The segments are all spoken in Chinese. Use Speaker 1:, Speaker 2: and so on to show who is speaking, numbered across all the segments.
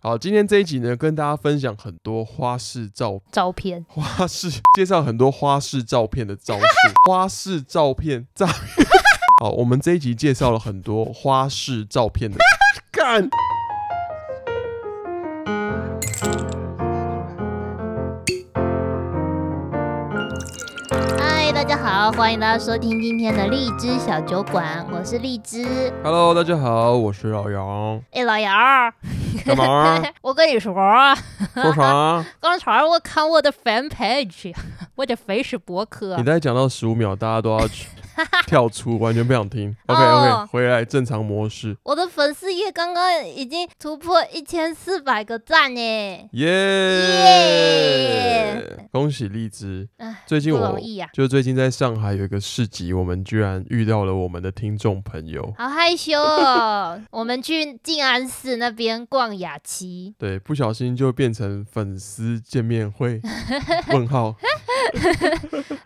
Speaker 1: 好，今天这一集呢，跟大家分享很多花式照
Speaker 2: 照片，
Speaker 1: 花式，介绍很多花式照片的招数，花式照片诈骗。好，我们这一集介绍了很多花式照片的干。
Speaker 2: 嗨，大家好，欢迎大家收听今天的荔枝小酒馆，我是荔枝。
Speaker 1: Hello，大家好，我是老杨。
Speaker 2: 哎，老嗯姚儿，
Speaker 1: 干嘛啊？
Speaker 2: 我跟你说啊，
Speaker 1: 说 啥？
Speaker 2: 刚才我看我的 fan page，我的肥是博客
Speaker 1: 你，再讲到十五秒，大家都要 去跳出，完全不想听。OK OK，、
Speaker 2: 哦
Speaker 1: 回来正常模式。
Speaker 2: 我的粉丝页刚刚已经突破一千四百个赞呢，
Speaker 1: 耶、
Speaker 2: 耶
Speaker 1: 恭喜荔枝
Speaker 2: 唉！
Speaker 1: 最近
Speaker 2: 不
Speaker 1: 我
Speaker 2: 容易啊呀、
Speaker 1: 就最近在上海有一个市集，我们居然遇到了我们的听众朋友。
Speaker 2: 好害羞 哦。我们去静安寺那边逛雅琪，
Speaker 1: 对，不小心就变成粉丝见面 会？问号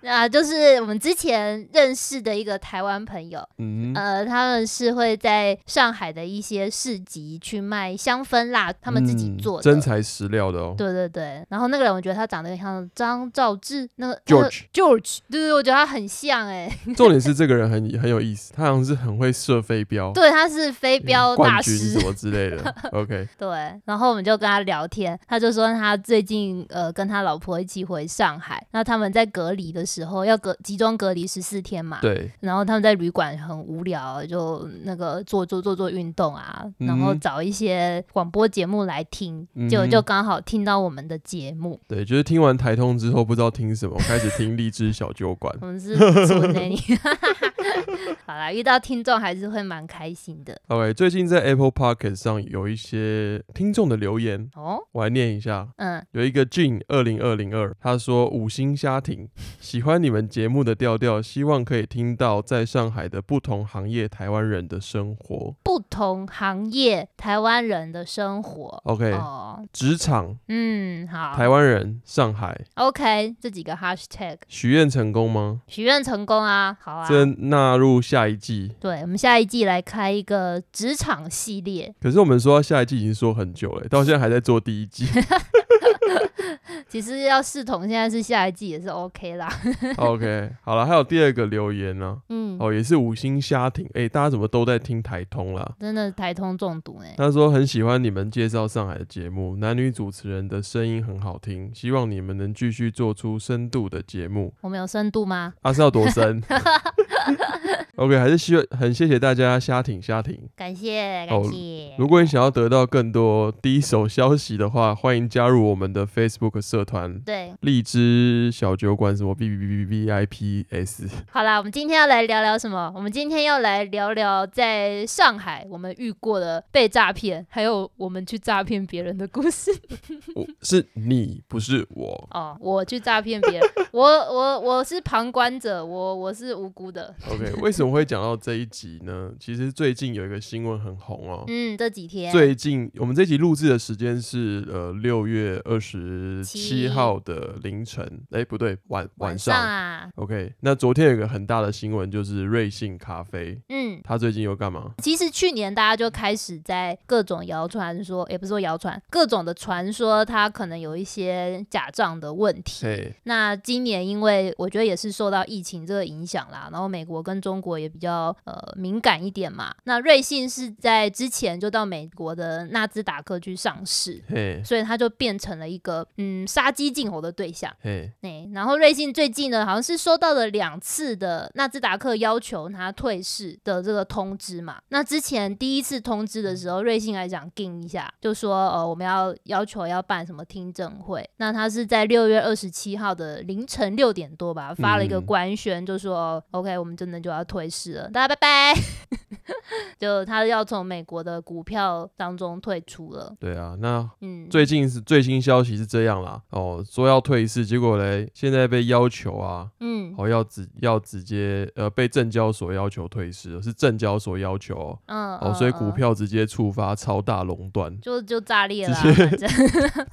Speaker 2: 那啊就是我们之前认识的一个台湾朋友。
Speaker 1: 嗯，
Speaker 2: 呃，他们是会在上海的一些市集去卖香氛蜡，他们自己
Speaker 1: 嗯
Speaker 2: 做的。
Speaker 1: 真材实料的哦。
Speaker 2: 对对对，然后那个人我觉得他长得很像张兆志，那个那个
Speaker 1: George，
Speaker 2: George，对对，我觉得他很像哎、
Speaker 1: 重点是这个人很很有意思，他好像是很会射飞镖，
Speaker 2: 对，他是飞镖大
Speaker 1: 嗯冠军什
Speaker 2: 师，
Speaker 1: 么之类 的。OK，
Speaker 2: 对。然后我们就跟他聊天，他就说他最近呃跟他老婆一起回上海，那他们在隔离的时候要隔集中隔离十四天嘛，
Speaker 1: 对，
Speaker 2: 然后他们在旅馆很无聊，就那个做做做做运动啊，
Speaker 1: 嗯
Speaker 2: 然后找一些广播节目来听，
Speaker 1: 嗯
Speaker 2: 结果就刚好听到我们的节目，
Speaker 1: 对，就是听完台通之后，不知道听什么，开始听荔枝小酒馆。
Speaker 2: 我们是做那里， 好啦，遇到听众还是会蛮开心的
Speaker 1: OK，最近在 Apple p o c k e t 上有一些听众的留言，
Speaker 2: 哦。
Speaker 1: 我来念一下。
Speaker 2: 嗯，
Speaker 1: 有一个 Jin 二零二零二，他说五星虾 艇，喜欢你们节目的调调，希望可以听到在上海的不同行业台湾人的生活。
Speaker 2: 不同行业台湾人的生活。
Speaker 1: OK，
Speaker 2: 哦，
Speaker 1: 职场
Speaker 2: 嗯，好
Speaker 1: 台湾人，上海
Speaker 2: ，OK，这几个 hashtag
Speaker 1: 许愿成功吗？
Speaker 2: 许愿成功啊，好啊。
Speaker 1: 这纳入下一季。
Speaker 2: 对，我们下一季来开一个职场系列，
Speaker 1: 可是我们说到下一季已经说很久了，到现在还在做第一 季。
Speaker 2: 其实要视同现在是下一季也是 OK 啦。
Speaker 1: OK，好了，还有第二个留言呢、
Speaker 2: 嗯，
Speaker 1: 哦，也是五星虾艇，哎、大家怎么都在听台通啦？
Speaker 2: 真的台通中毒哎、
Speaker 1: 他说很喜欢你们介绍上海的节目，男女主持人的声音很好听，希望你们能继续做出深度的节目。
Speaker 2: 我们有深度吗？
Speaker 1: 啊，是要多深？OK，还是希望很谢谢大家虾艇虾艇。
Speaker 2: 感谢
Speaker 1: 哦
Speaker 2: 感谢。
Speaker 1: 如果你想要得到更多第一手消息的话，欢迎加入我们的 Facebook 社团
Speaker 2: 对，
Speaker 1: 荔枝小酒馆什么 B B B B B I P S。
Speaker 2: 好啦，我们今天要来聊聊什么？我们今天要来聊聊在上海我们遇过的被诈骗，还有我们去诈骗别人的故事。
Speaker 1: 我是你，不是我。
Speaker 2: 哦， 我去诈骗别人，我我我是旁观者，我我是无辜的。
Speaker 1: OK，为什么会讲到这一集呢？其实最近有一个新闻很红哦。
Speaker 2: 嗯，这几天
Speaker 1: 最近我们这集录制的时间是呃六月二十七
Speaker 2: 七
Speaker 1: 号的凌晨，哎、不对，晚晚
Speaker 2: 晚
Speaker 1: 上。
Speaker 2: 上啊，
Speaker 1: OK，那昨天有一个很大的新闻，就是瑞幸咖啡，
Speaker 2: 嗯，
Speaker 1: 它最近又干嘛？
Speaker 2: 其实去年大家就开始在各种谣传说，也不是说谣传，各种的传说，它可能有一些假账的问题。
Speaker 1: 嘿，
Speaker 2: 那今年因为我觉得也是受到疫情这个影响啦，然后美国跟中国也比较呃敏感一点嘛。那瑞幸是在之前就到美国的纳斯达克去上市，
Speaker 1: 嘿，
Speaker 2: 所以它就变成了一个嗯杀鸡儆猴的对象。
Speaker 1: 嘿，
Speaker 2: 哎，然后瑞幸最近呢，好像是收到了两次的纳斯达克要求他退市的这个通知嘛。那之前第一次通知的时候，瑞幸还想定一下，就说呃我们要要求要办什么听证会。那他是在六月二十七号的凌晨六点多吧，发了一个
Speaker 1: 嗯
Speaker 2: 官宣，就说、哦 OK，我们真的就要退市了，大家拜拜。 就他要从美国的股票当中退出了。
Speaker 1: 对啊，那
Speaker 2: 嗯，
Speaker 1: 最近是最新消息是这样啦，哦，说要退市，结果嘞，现在被要求啊，
Speaker 2: 嗯
Speaker 1: 哦，要直要直接呃被证交所要求退市，是证交所要求哦，
Speaker 2: 嗯
Speaker 1: 哦，所以
Speaker 2: 嗯
Speaker 1: 股
Speaker 2: 嗯
Speaker 1: 票直接触发超大垄断，
Speaker 2: 就就炸裂
Speaker 1: 直
Speaker 2: 了啊、
Speaker 1: 接
Speaker 2: 反正。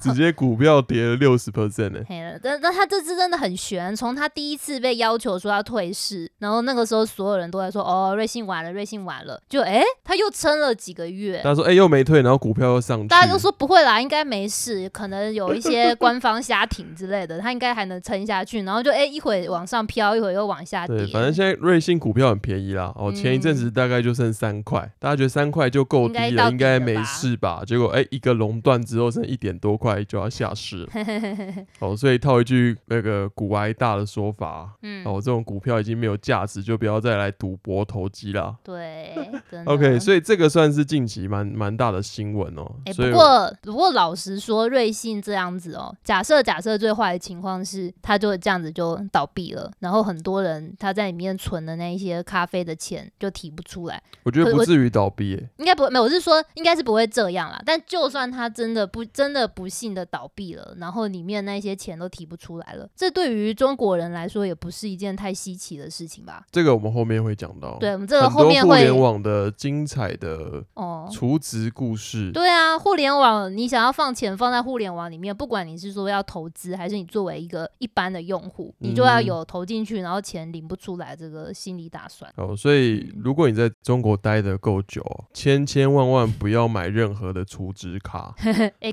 Speaker 1: 直接股票跌了六十 percent 欸呢。
Speaker 2: 嘿，但但他这次真的很悬，从他第一次被要求说要退市，然后那个时候所有人都在说哦，瑞幸完了，瑞幸完了，就哎，他又撑了几个月
Speaker 1: 大。家说，哎、又没退，然后股票又上去，
Speaker 2: 大家都说不会啦，应该没事，可能有一些官方瞎挺之类的，他应该还能撑下去。然后就哎、一会往上飘，一会又往下跌。
Speaker 1: 对，反正现在瑞幸股票很便宜啦。哦，前一阵
Speaker 2: 嗯
Speaker 1: 子大概就剩三块，大家觉得三块就够
Speaker 2: 应
Speaker 1: 低
Speaker 2: 该到
Speaker 1: 了，应
Speaker 2: 底
Speaker 1: 该
Speaker 2: 了
Speaker 1: 没
Speaker 2: 吧
Speaker 1: 事吧？结果哎、一个熔断之后剩一点多块就要下市了。 哦，所以套一句那个股癌大的说法，
Speaker 2: 嗯，
Speaker 1: 哦，这种股票已经没有价值，就不要再来赌博投机啦。
Speaker 2: 对真的
Speaker 1: OK，所以这个算是近期蛮蛮大的新闻哦。
Speaker 2: 哎、
Speaker 1: 所以
Speaker 2: 不过不过老实说，瑞幸这样子哦，假设假设最坏的情况是，他就这样子就倒闭了，然后很多人他在里面存的那一些咖啡的钱就提不出来，
Speaker 1: 我觉
Speaker 2: 可
Speaker 1: 得不
Speaker 2: 我
Speaker 1: 至于倒闭、欸，
Speaker 2: 应该不会没有，我是说应该是不会这样啦。但就算他真的不真的不幸的倒闭了，然后里面那些钱都提不出来了，这对于中国人来说也不是一件太稀奇的事情吧？
Speaker 1: 这个我们后面会讲到。
Speaker 2: 对，我们这
Speaker 1: 哦很
Speaker 2: 个
Speaker 1: 多
Speaker 2: 后面
Speaker 1: 互
Speaker 2: 会
Speaker 1: 联网的精彩的
Speaker 2: 哦，
Speaker 1: 除值故事。
Speaker 2: 对啊，互联网你想要放钱放在互联网里面，不管你是说要投资，还是你作为一个一般的用户，你就要
Speaker 1: 嗯
Speaker 2: 有投进去，然后钱领不出来这个心理打算。
Speaker 1: 哦，所以如果你在中国待得够久哦，千千万万不要买任何的储值 卡，
Speaker 2: 哎、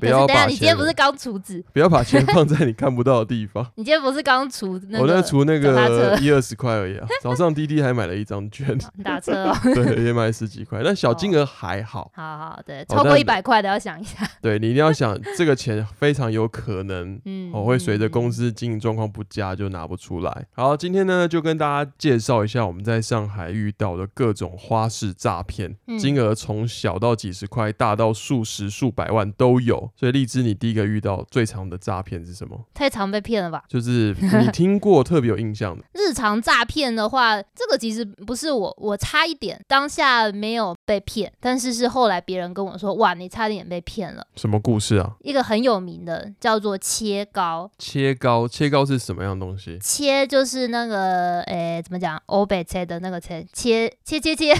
Speaker 1: 不
Speaker 2: 可是
Speaker 1: 要
Speaker 2: 等一下，
Speaker 1: 把
Speaker 2: 你今
Speaker 1: 钱
Speaker 2: 天不是
Speaker 1: 领
Speaker 2: 刚除子？。
Speaker 1: 不要把钱放在你看不到的地方
Speaker 2: 你今天不是刚除那
Speaker 1: 我
Speaker 2: 个
Speaker 1: 那除那
Speaker 2: 脚踏
Speaker 1: 个一二十块而已啊，早上滴滴还买了一张 券，
Speaker 2: 打车、哦？
Speaker 1: 对，也买十几块，但小金额还好。
Speaker 2: 好好，对，
Speaker 1: 哦
Speaker 2: 超过
Speaker 1: 但
Speaker 2: 一百块的要想一下。
Speaker 1: 对你一定要想，这个钱非常有可能
Speaker 2: 嗯，
Speaker 1: 我、哦、会随着公
Speaker 2: 嗯
Speaker 1: 司经营状况不佳就拿不出来。好，今天呢就跟大家介绍一下我们在上海遇到的各种花式诈骗，
Speaker 2: 嗯
Speaker 1: 金额从小到几十块，大到数十数百万都有。所以荔枝，你第一个遇到最长的诈骗是什么？
Speaker 2: 太常被骗了吧？
Speaker 1: 就是 你听过特别有印象的，
Speaker 2: 日常诈骗的话，这个其实不是我，我差一点当下没有被骗，但是是后来别人跟我说，哇，你差点被骗了。
Speaker 1: 什么故事啊？
Speaker 2: 一个很有名的叫做切糕，
Speaker 1: 切糕，切糕是什么样的东西？
Speaker 2: 切就是那个诶怎么讲，欧北切的那个切，切切切切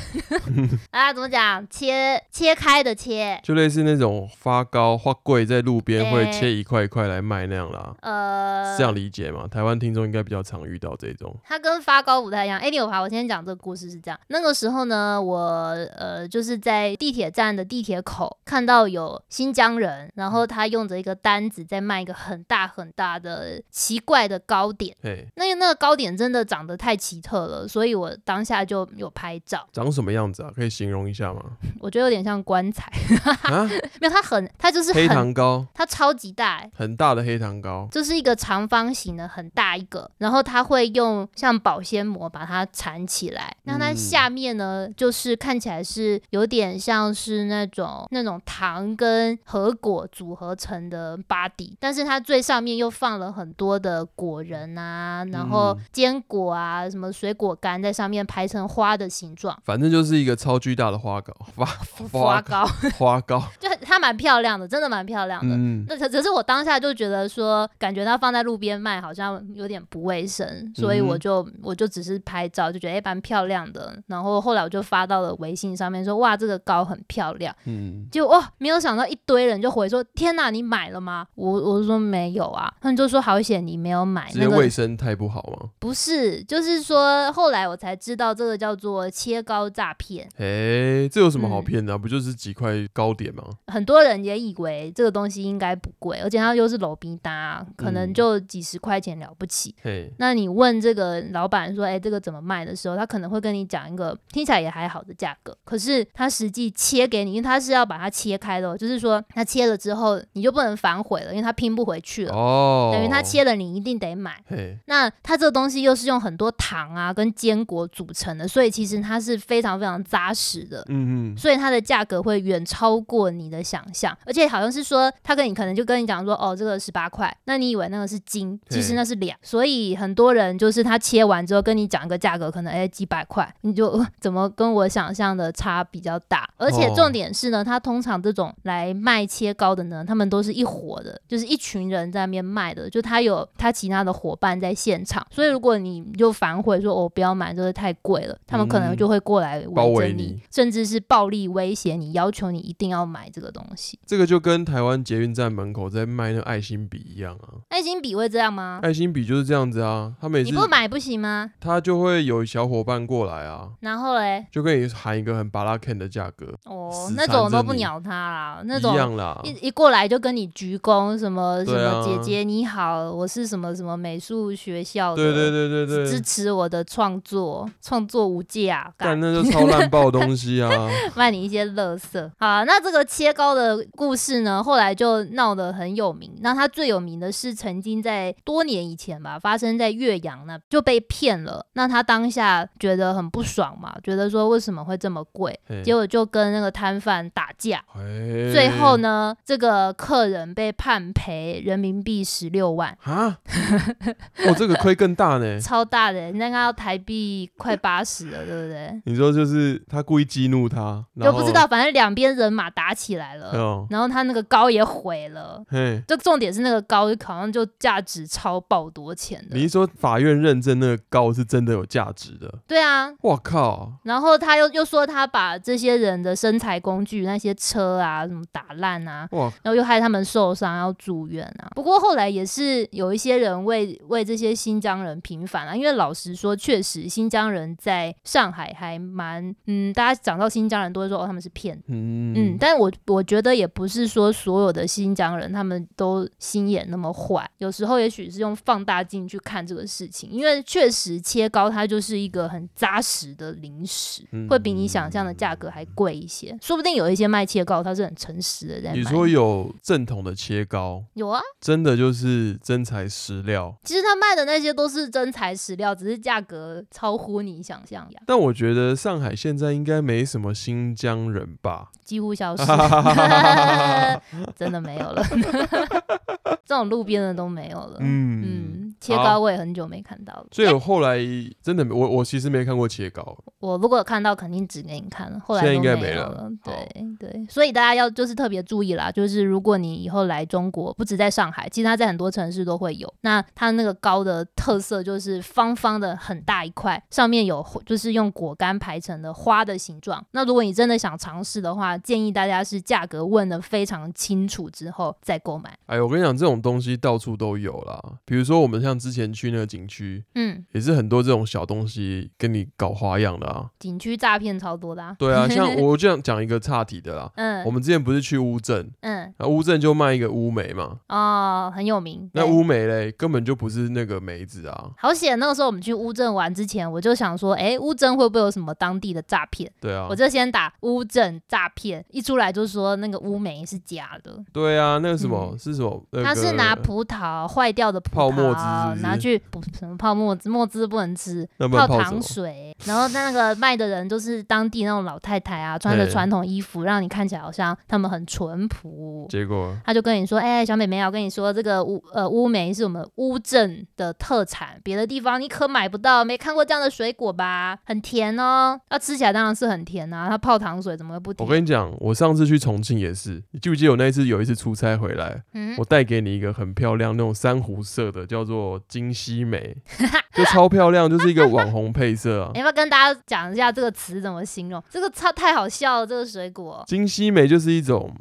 Speaker 2: 啊，怎么讲，切切开的切，
Speaker 1: 就类似那种发糕、花柜在路边会
Speaker 2: 诶
Speaker 1: 切一块一块来卖那样啦，
Speaker 2: 哎呃
Speaker 1: 是这，样理解吗？台湾听众应该比较常遇到这种。
Speaker 2: 它跟发糕不太一样。哎，你有吧？我先讲这个故事是这样，那个时候呢，我呃就是在地铁站的地铁口看到有新疆人，然后他用着一个单子在卖一个很大很大的奇怪的糕点。
Speaker 1: 嘿，
Speaker 2: 那个那个糕点真的长得太奇特了，所以我当下就有拍照，
Speaker 1: 长什么样子啊？可以形容一下 吗？
Speaker 2: 我觉得有点像棺材，
Speaker 1: 啊，
Speaker 2: 没有它很它就是
Speaker 1: 黑
Speaker 2: 很
Speaker 1: 糖糕，
Speaker 2: 它超级大、欸，
Speaker 1: 很大的黑糖糕，
Speaker 2: 就是一个长方形的很大一个，然后它会用像保鲜膜把它缠起来，那它
Speaker 1: 嗯
Speaker 2: 下面呢、就是看起来是有点像是那种那种糖跟核果组合成的 body，但是它最上面又放了很多的果仁啊，然后
Speaker 1: 嗯
Speaker 2: 坚果啊，什么水果干在上面排成花的形状，
Speaker 1: 反正就是一个超巨大的花糕， 花
Speaker 2: 花糕，
Speaker 1: 花糕。
Speaker 2: 就它蛮漂亮的，真的蛮漂亮的。
Speaker 1: 嗯，
Speaker 2: 那可可是我当下就觉得说，感觉到放在路边卖好像有点不卫生，所以
Speaker 1: 嗯哼
Speaker 2: 我就、我就只是拍照，就觉得哎蛮、漂亮的。然后后来我就发到了微信上面说，哇，这个糕很漂亮。
Speaker 1: 嗯，
Speaker 2: 结果哇，没有想到一堆人就回说，天哪，你买了吗？我我就说没有啊，他们就说好险你没有买，
Speaker 1: 这些
Speaker 2: 哎那个
Speaker 1: 卫生太不好吗？
Speaker 2: 不是，就是说后来我才知道这个叫做切糕诈骗，
Speaker 1: 哎，这有什么好
Speaker 2: 嗯
Speaker 1: 骗的啊？不就是几块糕点吗？
Speaker 2: 很多人也以为这个东西应该不贵，而且它又是楼冰搭，可能
Speaker 1: 嗯
Speaker 2: 就几十块钱了不起。
Speaker 1: 嘿，
Speaker 2: 那你问这个老板说，哎、这个怎么卖的时候，他可能会跟你讲一个听起来也还好的价格，可是他实际切给你，因为他是要把它切开的哦，就是说他切了之后你就不能反悔了，因为他拼不回去了，
Speaker 1: 哦，
Speaker 2: 啊等于他，切了你一定得买。
Speaker 1: 嘿，
Speaker 2: 那它这个东西又是用很多糖啊跟坚果组成的，所以其实它是非常非常扎实的。
Speaker 1: 嗯嗯，
Speaker 2: 所以它的价格会远超过你的想象，而且好像是说他跟你可能就跟你讲说，哦，这个十八块，那你以为那个是斤，
Speaker 1: 对
Speaker 2: 其实那是两，所以很多人就是他切完之后跟你讲一个价格，可能哎几百块，你就呃怎么跟我想象的差比较大，而且
Speaker 1: 哦
Speaker 2: 重点是呢，他通常这种来卖切糕的呢，他们都是一伙的，就是一群人在那边卖的，就他有他其他的伙伴在现场，所以如果你就反悔说，我、哦不要买，这个太贵了，他们可能
Speaker 1: 嗯
Speaker 2: 就会过来
Speaker 1: 包
Speaker 2: 围
Speaker 1: 围
Speaker 2: 着你
Speaker 1: 你，
Speaker 2: 甚至是暴力威胁你，要求你一定要买这个东西。
Speaker 1: 这个就跟台湾捷运站门口在卖那爱心笔一样啊，
Speaker 2: 爱心笔会这样吗？
Speaker 1: 爱心笔就是这样子啊，他每
Speaker 2: 啊你
Speaker 1: 次
Speaker 2: 不买不行吗？
Speaker 1: 他就会有小伙伴过来啊，
Speaker 2: 然后嘞，
Speaker 1: 就跟你喊一个很巴拉 Ken 的价格，
Speaker 2: 哦
Speaker 1: 死，
Speaker 2: 那种
Speaker 1: 缠
Speaker 2: 都
Speaker 1: 着
Speaker 2: 不
Speaker 1: 你
Speaker 2: 鸟他啦，那
Speaker 1: 一
Speaker 2: 种
Speaker 1: 样啦，
Speaker 2: 一一过来就跟你鞠躬，什么什
Speaker 1: 对
Speaker 2: 么姐
Speaker 1: 啊
Speaker 2: 姐你好，我是什么什么美术学校的，
Speaker 1: 对对对对
Speaker 2: 支
Speaker 1: 对，持
Speaker 2: 持我的创作，创作无价，
Speaker 1: 干那就超烂爆东西 啊，
Speaker 2: 卖你一些乐色。好啊，那这个切糕的故事呢，后来就闹得很有名。那它最有名的是曾经在多年以前吧，发生在岳阳那就被骗了。那他当下觉得很不爽嘛，觉得说为什么会这么贵，
Speaker 1: 嘿
Speaker 2: 结果就跟那个摊贩打架。
Speaker 1: 嘿
Speaker 2: 最后呢，这个客人被判赔人民币十六万，
Speaker 1: 啊，哦这个亏更大 呢，
Speaker 2: 超大的，那个要台币快八十了，对不对？
Speaker 1: 你说就是他故意激怒他，
Speaker 2: 就
Speaker 1: 然后
Speaker 2: 不知道，反正两边人马打起来了，
Speaker 1: 哦，
Speaker 2: 然后他那个糕也毁了。
Speaker 1: 嘿，
Speaker 2: 就重点是那个糕好像就价值超爆多钱
Speaker 1: 你一
Speaker 2: 的，
Speaker 1: 说法院认证那个高是真的有价值的，
Speaker 2: 对啊。
Speaker 1: 我靠，
Speaker 2: 然后他又又说他把这些人的身材工具、那些车啊什么打烂啊，
Speaker 1: 哇，
Speaker 2: 然后又害他们受伤要住院啊。不过后来也是有一些人为为这些新疆人平反啊，因为老实说，确实新疆人在上海还蛮嗯，大家讲到新疆人都会说哦他们是骗子。
Speaker 1: 嗯
Speaker 2: 嗯，但我我觉得也不是说所有的新疆人他们都心眼那么坏，有时候也许是用放大镜去看这个事情，因为确实切糕它就是一个很扎实的零食，
Speaker 1: 嗯
Speaker 2: 会比你想象的价格还贵一些，说不定有一些卖切糕它是很诚实的在卖。
Speaker 1: 你说有正统的切糕，
Speaker 2: 有啊？
Speaker 1: 真的就是真材实料。
Speaker 2: 其实他卖的那些都是真材实料，只是价格超乎你想象呀，
Speaker 1: 但我觉得上海现在应该没什么新疆人吧？
Speaker 2: 几乎消失， 真的没有了， 这种路边的都没有了。
Speaker 1: 嗯，
Speaker 2: 嗯，切
Speaker 1: 好
Speaker 2: 糕我也很久没看到了。
Speaker 1: 所以我后来真的没我我其实没看过切糕，
Speaker 2: 我如果有看到，肯定指给你看了。后来
Speaker 1: 现在应该
Speaker 2: 都
Speaker 1: 没
Speaker 2: 有
Speaker 1: 了
Speaker 2: 了。
Speaker 1: 好
Speaker 2: 对对，所以大家要就是特别注意啦，就是如果你以后来中国，不止在上海，其实它在很多城市都会有。那它那个糕的特色就是方方的很大一块，上面有就是用果干排成的花的形状。那如果你真的想尝试的话，建议大家是价格问的非常清楚之后再购买。
Speaker 1: 哎，我跟你讲，这种东西到处都有啦。比如说我们像之前去那个景区，
Speaker 2: 嗯，
Speaker 1: 也是很多这种小东西跟你搞花样的啊。
Speaker 2: 景区诈骗超多的、啊。
Speaker 1: 对啊， 像我这样讲一个岔题的啦。我
Speaker 2: 嗯
Speaker 1: 们之前不是去乌镇，
Speaker 2: 嗯
Speaker 1: 那乌镇就卖一个乌梅嘛，
Speaker 2: 哦，很有名。
Speaker 1: 那
Speaker 2: 对
Speaker 1: 乌梅嘞根本就不是那个梅子啊，
Speaker 2: 好险！那个时候我们去乌镇玩之前，我就想说，哎、乌镇会不会有什么当地的诈骗？
Speaker 1: 对啊
Speaker 2: 我，就先打乌镇诈骗，一出来就说那个乌梅是假的，
Speaker 1: 对啊，那个什么、是什么？那
Speaker 2: 他嗯是
Speaker 1: 个
Speaker 2: 拿葡萄坏掉的葡萄
Speaker 1: 泡沫汁是不是
Speaker 2: 拿去不什么泡沫汁，墨汁不能吃，
Speaker 1: 那不
Speaker 2: 泡
Speaker 1: 然泡什
Speaker 2: 糖
Speaker 1: 么？
Speaker 2: 水。然后那个卖的人就是当地那种老太太啊，穿着
Speaker 1: 嘿
Speaker 2: 传统衣服，让你看起来好像他们很淳朴。
Speaker 1: 结果
Speaker 2: 他就跟你说：“哎、小美美啊，我跟你说，这个乌呃乌梅是我们乌镇的特产，别的地方你可买不到，没看过这样的水果吧？很甜哦，那、吃起来当然是很甜啊。它泡糖水怎么会不
Speaker 1: 我
Speaker 2: 甜？
Speaker 1: 跟你讲，我上次去重庆也是，你记不记得我那一次有一次出差回来，
Speaker 2: 嗯
Speaker 1: 我，带给你一个很漂亮那种珊瑚色的，叫做金希 梅，就超漂亮，就是一个网红配色啊
Speaker 2: 你。要不要跟大家讲一下这个词怎么形容？这个超太好笑了，这个水果
Speaker 1: 金希梅就是一种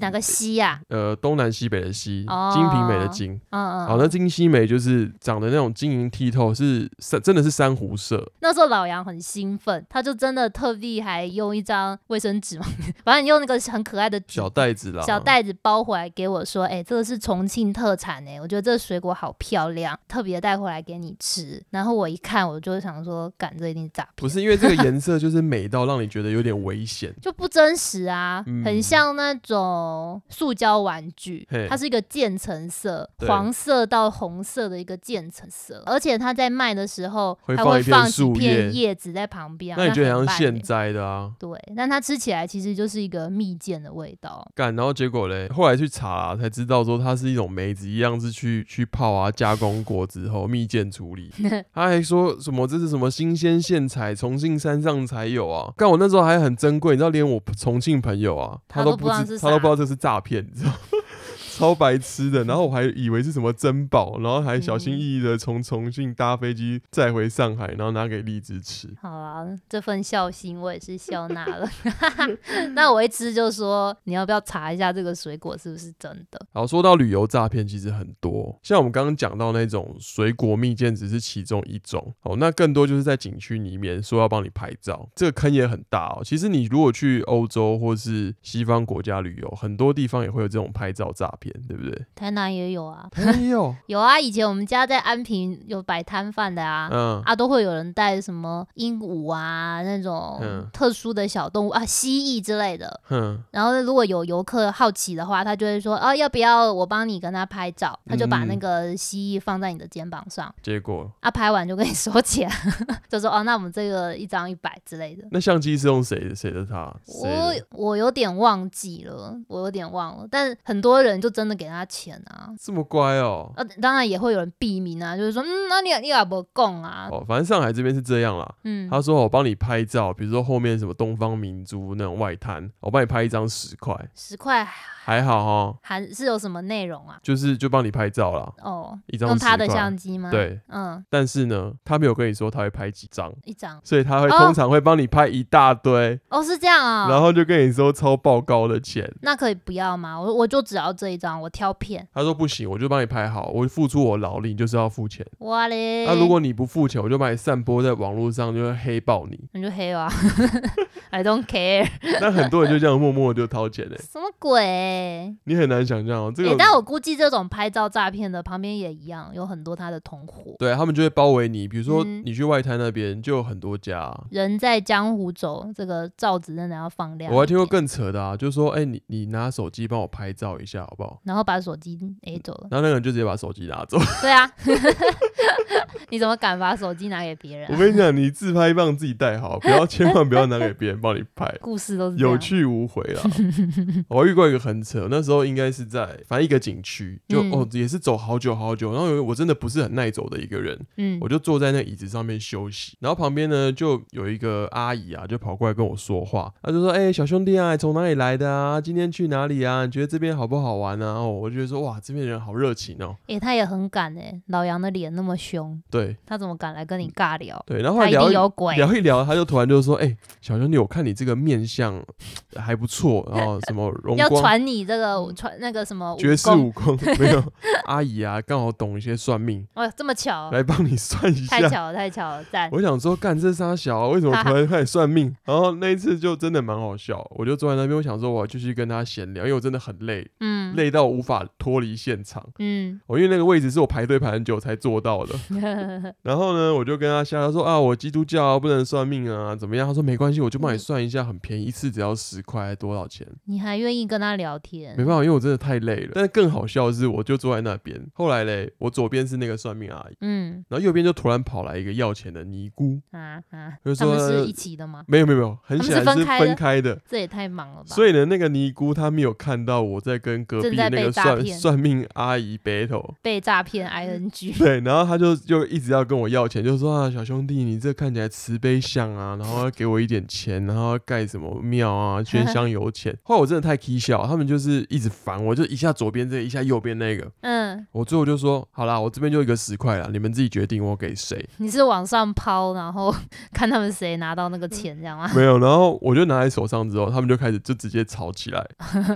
Speaker 2: 哪个西呀、
Speaker 1: 呃东南西北的西，
Speaker 2: 哦
Speaker 1: 金瓶梅的金。
Speaker 2: 嗯嗯，
Speaker 1: 好，那金希梅就是长得那种晶莹剔透，是珊真的是珊瑚色，
Speaker 2: 那时候老杨很兴奋，他就真的特地还用一张卫生纸嘛， 反正用那个很可爱的纸
Speaker 1: 小袋子啦，
Speaker 2: 小袋子包回来给我说：“哎、这个是重庆特产哎、我觉得这个水果好漂亮，特别带回来给你吃。”然后我一看，我就想说：“赶这一定是诈骗，
Speaker 1: 不是因为这个颜色就是美到让你觉得有点危险
Speaker 2: ，就不真实啊，
Speaker 1: 嗯
Speaker 2: 很像那种塑胶玩具
Speaker 1: 嘿，
Speaker 2: 它是一个渐层色，
Speaker 1: 对
Speaker 2: 黄色到红色的一个渐层色，而且它在卖的时候，
Speaker 1: 会
Speaker 2: 它
Speaker 1: 放
Speaker 2: 会
Speaker 1: 一片
Speaker 2: 放几
Speaker 1: 树
Speaker 2: 片
Speaker 1: 叶
Speaker 2: 叶子在旁边啊，
Speaker 1: 那你觉得
Speaker 2: 很
Speaker 1: 很像
Speaker 2: 烂欸
Speaker 1: 现摘的啊？
Speaker 2: 对，但它吃起来其实就是一个蜜饯的味道。
Speaker 1: 干，然后结果嘞，后来去查、才知道说它是一种梅子，一样是去去泡啊、加工过之后蜜饯处 理。他还说什么这是什么新鲜现采，重庆山上才有啊。干我那时候还很珍贵，你知道，连我重庆朋友啊，
Speaker 2: 他
Speaker 1: 都
Speaker 2: 都不
Speaker 1: 不
Speaker 2: 知道
Speaker 1: 知
Speaker 2: 是
Speaker 1: 他都
Speaker 2: 啥
Speaker 1: 不知道这是诈骗，你知道。 超白痴的。然后我还以为是什么珍宝，然后还小
Speaker 2: 嗯
Speaker 1: 心翼翼的从重庆搭飞机再回上海，然后拿给荔枝吃。
Speaker 2: 好啊，这份孝心我也是笑纳了。那我一吃就说，你要不要查一下这个水果是不是真的？
Speaker 1: 然后说到旅游诈骗，其实很多，像我们刚刚讲到那种水果蜜饯只是其中一种哦，那更多就是在景区里面说要帮你拍照，这个坑也很大哦。其实你如果去欧洲或是西方国家旅游，很多地方也会有这种拍照诈骗，对不对？
Speaker 2: 台南也有啊，
Speaker 1: 没有，
Speaker 2: 有啊，以前我们家在安平有摆摊贩的啊。
Speaker 1: 嗯，
Speaker 2: 啊，都会有人带什么鹦鹉啊那种
Speaker 1: 嗯
Speaker 2: 特殊的小动物、啊，蜥蜴之类的。
Speaker 1: 哼，
Speaker 2: 然后如果有游客好奇的话，他就会说：“哦、要不要我帮你跟他拍照？”他就把那
Speaker 1: 嗯
Speaker 2: 个蜥蜴放在你的肩膀上，
Speaker 1: 结果
Speaker 2: 啊，拍完就跟你收钱， 就说：“哦，那我们这个一张一百之类的。”
Speaker 1: 那相机是用谁的？谁的他？谁
Speaker 2: 我
Speaker 1: 的？
Speaker 2: 我有点忘记了，我有点忘了，但很多人就真的给他钱啊，
Speaker 1: 这么乖哦。
Speaker 2: 啊，当然也会有人避名啊，就是说，嗯，那你也你也不供啊，
Speaker 1: 哦，反正上海这边是这样啦。
Speaker 2: 嗯，
Speaker 1: 他说我哦帮你拍照，比如说后面什么东方明珠那种外滩，我帮你拍一张十块，
Speaker 2: 十块
Speaker 1: 还好哦哈，
Speaker 2: 还是有什么内容啊？
Speaker 1: 就是就帮你拍照啦。
Speaker 2: 哦，
Speaker 1: 一张
Speaker 2: 用他
Speaker 1: 10
Speaker 2: 的
Speaker 1: 块
Speaker 2: 相机吗？，
Speaker 1: 对，
Speaker 2: 嗯，
Speaker 1: 但是呢，他没有跟你说他会拍几张，
Speaker 2: 一张，
Speaker 1: 所以他会
Speaker 2: 哦
Speaker 1: 通常会帮你拍一大堆，
Speaker 2: 哦，是这样啊、
Speaker 1: 然后就跟你说超爆高的钱。
Speaker 2: 那可以不要吗？我我就只要这一张，我挑片，
Speaker 1: 他说不行，我就帮你拍好，我付出我劳力，你就是要付钱。
Speaker 2: 哇嘞，
Speaker 1: 那、啊如果你不付钱，我就把你散播在网络上，就会黑爆 你。
Speaker 2: 你就黑了啊，I don't care，
Speaker 1: 那很多人就这样默默地就掏钱嘞、
Speaker 2: 什么鬼、
Speaker 1: 你很难想象哦、这
Speaker 2: 欸
Speaker 1: 个
Speaker 2: 但我估计这种拍照诈骗的旁边也一样，有很多他的同伙。
Speaker 1: 对他们就会包围你，比如说
Speaker 2: 嗯
Speaker 1: 你去外滩那边就有很多家啊、
Speaker 2: 人在江湖走，这个罩子真的要放亮。
Speaker 1: 我还听过，更扯的啊，就是说，哎、你你拿手机帮我拍照一下好不好？
Speaker 2: 然后把手机 A 走 了。
Speaker 1: 然后那个人就直接把手机拿走。
Speaker 2: 对啊， 你怎么敢把手机拿给别人、
Speaker 1: 我
Speaker 2: 啊？，
Speaker 1: 跟你讲，你自拍棒自己带好，不要千万不要拿给别人帮你拍
Speaker 2: 故事都是这样
Speaker 1: 有去无回 啦。我还遇过一个很扯，那时候应该是在反正一个景区，就、
Speaker 2: 嗯
Speaker 1: 哦也是走好久好久，然后有我真的不是很耐走的一个人，
Speaker 2: 嗯
Speaker 1: 我就坐在那椅子上面休息，然后旁边呢就有一个阿姨啊，就跑过来跟我说话，她就说：“哎、小兄弟啊，你从哪里来的啊？今天去哪里啊？你觉得这边好不好玩啊？”哦，我就觉得说哇，这边人好热情哦。
Speaker 2: 诶、他也很敢哎、老杨的脸那么凶，
Speaker 1: 对
Speaker 2: 他怎么敢来跟你尬聊？
Speaker 1: 对，然后后
Speaker 2: 他
Speaker 1: 来
Speaker 2: 一
Speaker 1: 聊
Speaker 2: 定
Speaker 1: 一
Speaker 2: 有鬼。
Speaker 1: 聊一聊，他就突然就说：“哎、小兄弟，我看你这个面相 还不 错，然后什么荣
Speaker 2: 要
Speaker 1: 光。”嗯
Speaker 2: 传你这个传那个什么武
Speaker 1: 绝世
Speaker 2: 功，
Speaker 1: 武功 没有，阿姨啊，刚好懂一些算命，
Speaker 2: 哇，这么巧，
Speaker 1: 来帮你算一
Speaker 2: 哦太
Speaker 1: 下。
Speaker 2: 巧了，太巧了，赞。
Speaker 1: 我想说，干这仨小啊，为什么突然开始算命？然后那一次就真的蛮好笑，我就坐在那边，我想说我要继续跟他闲聊，因为我真的很累，
Speaker 2: 嗯
Speaker 1: 累到无法脱离现场。
Speaker 2: 嗯，
Speaker 1: 我、因为那个位置是我排队排很久才坐到的。然后呢，我就跟他瞎聊说啊，我基督教啊，不能算命啊，怎么样？他说没关系，我就帮你算一下，很便宜，一次只要十块，多少钱？
Speaker 2: 你还愿意跟他聊天
Speaker 1: 没？办法，因为我真的太累了。但是更好笑的是，我就坐在那边。后来嘞，我左边是那个算命阿姨，
Speaker 2: 嗯
Speaker 1: 然后右边就突然跑来一个要钱的尼姑。
Speaker 2: 啊啊
Speaker 1: 就，是
Speaker 2: 他们
Speaker 1: 说
Speaker 2: 是一起的吗？
Speaker 1: 没有没有没有，很
Speaker 2: 他们是
Speaker 1: 显然
Speaker 2: 分
Speaker 1: 是
Speaker 2: 开的
Speaker 1: 分开的。
Speaker 2: 这也太忙了吧！
Speaker 1: 所以呢，那个尼姑她没有看到我在跟隔壁
Speaker 2: 正在
Speaker 1: 那
Speaker 2: 被
Speaker 1: 个
Speaker 2: 诈
Speaker 1: 算
Speaker 2: 骗
Speaker 1: 算命阿姨 battle，
Speaker 2: 被诈骗 ing，
Speaker 1: 对，然后她就就一直要跟我要钱，就说啊，小兄弟，你这看起来慈悲像啊，然后要给我一点钱，然后要盖什么庙啊，捐香油钱。 后来我真的太 k 笑，他们就是一直烦我，就一下左边这个，一下右边那个，
Speaker 2: 嗯，
Speaker 1: 我最后就说，好啦，我这边就一个十块啦，你们自己决定我给谁。
Speaker 2: 你是往上抛，然后看他们谁拿到那个钱，这样吗？
Speaker 1: 没有，然后我就拿在手上之后，他们就开始就直接吵起来。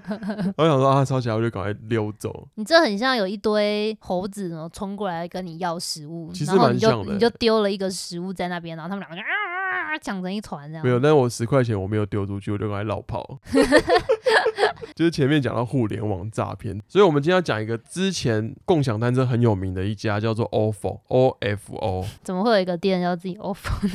Speaker 1: 我想说啊，吵起来我就赶快溜走。
Speaker 2: 你这很像有一堆猴子然后冲过来跟你要食物，
Speaker 1: 其实
Speaker 2: 然后
Speaker 1: 蛮
Speaker 2: 你就
Speaker 1: 像的
Speaker 2: 你就丢了一个食物在那边，然后他们两个啊抢成一团这样。
Speaker 1: 没有，但我十块钱我没有丢出去，我就赶快绕跑。 就是前面讲到互联网诈骗，所以我们今天要讲一个之前共享单车很有名的一家叫做 OFO，O F O，
Speaker 2: 怎么会有一个店要自己 offer？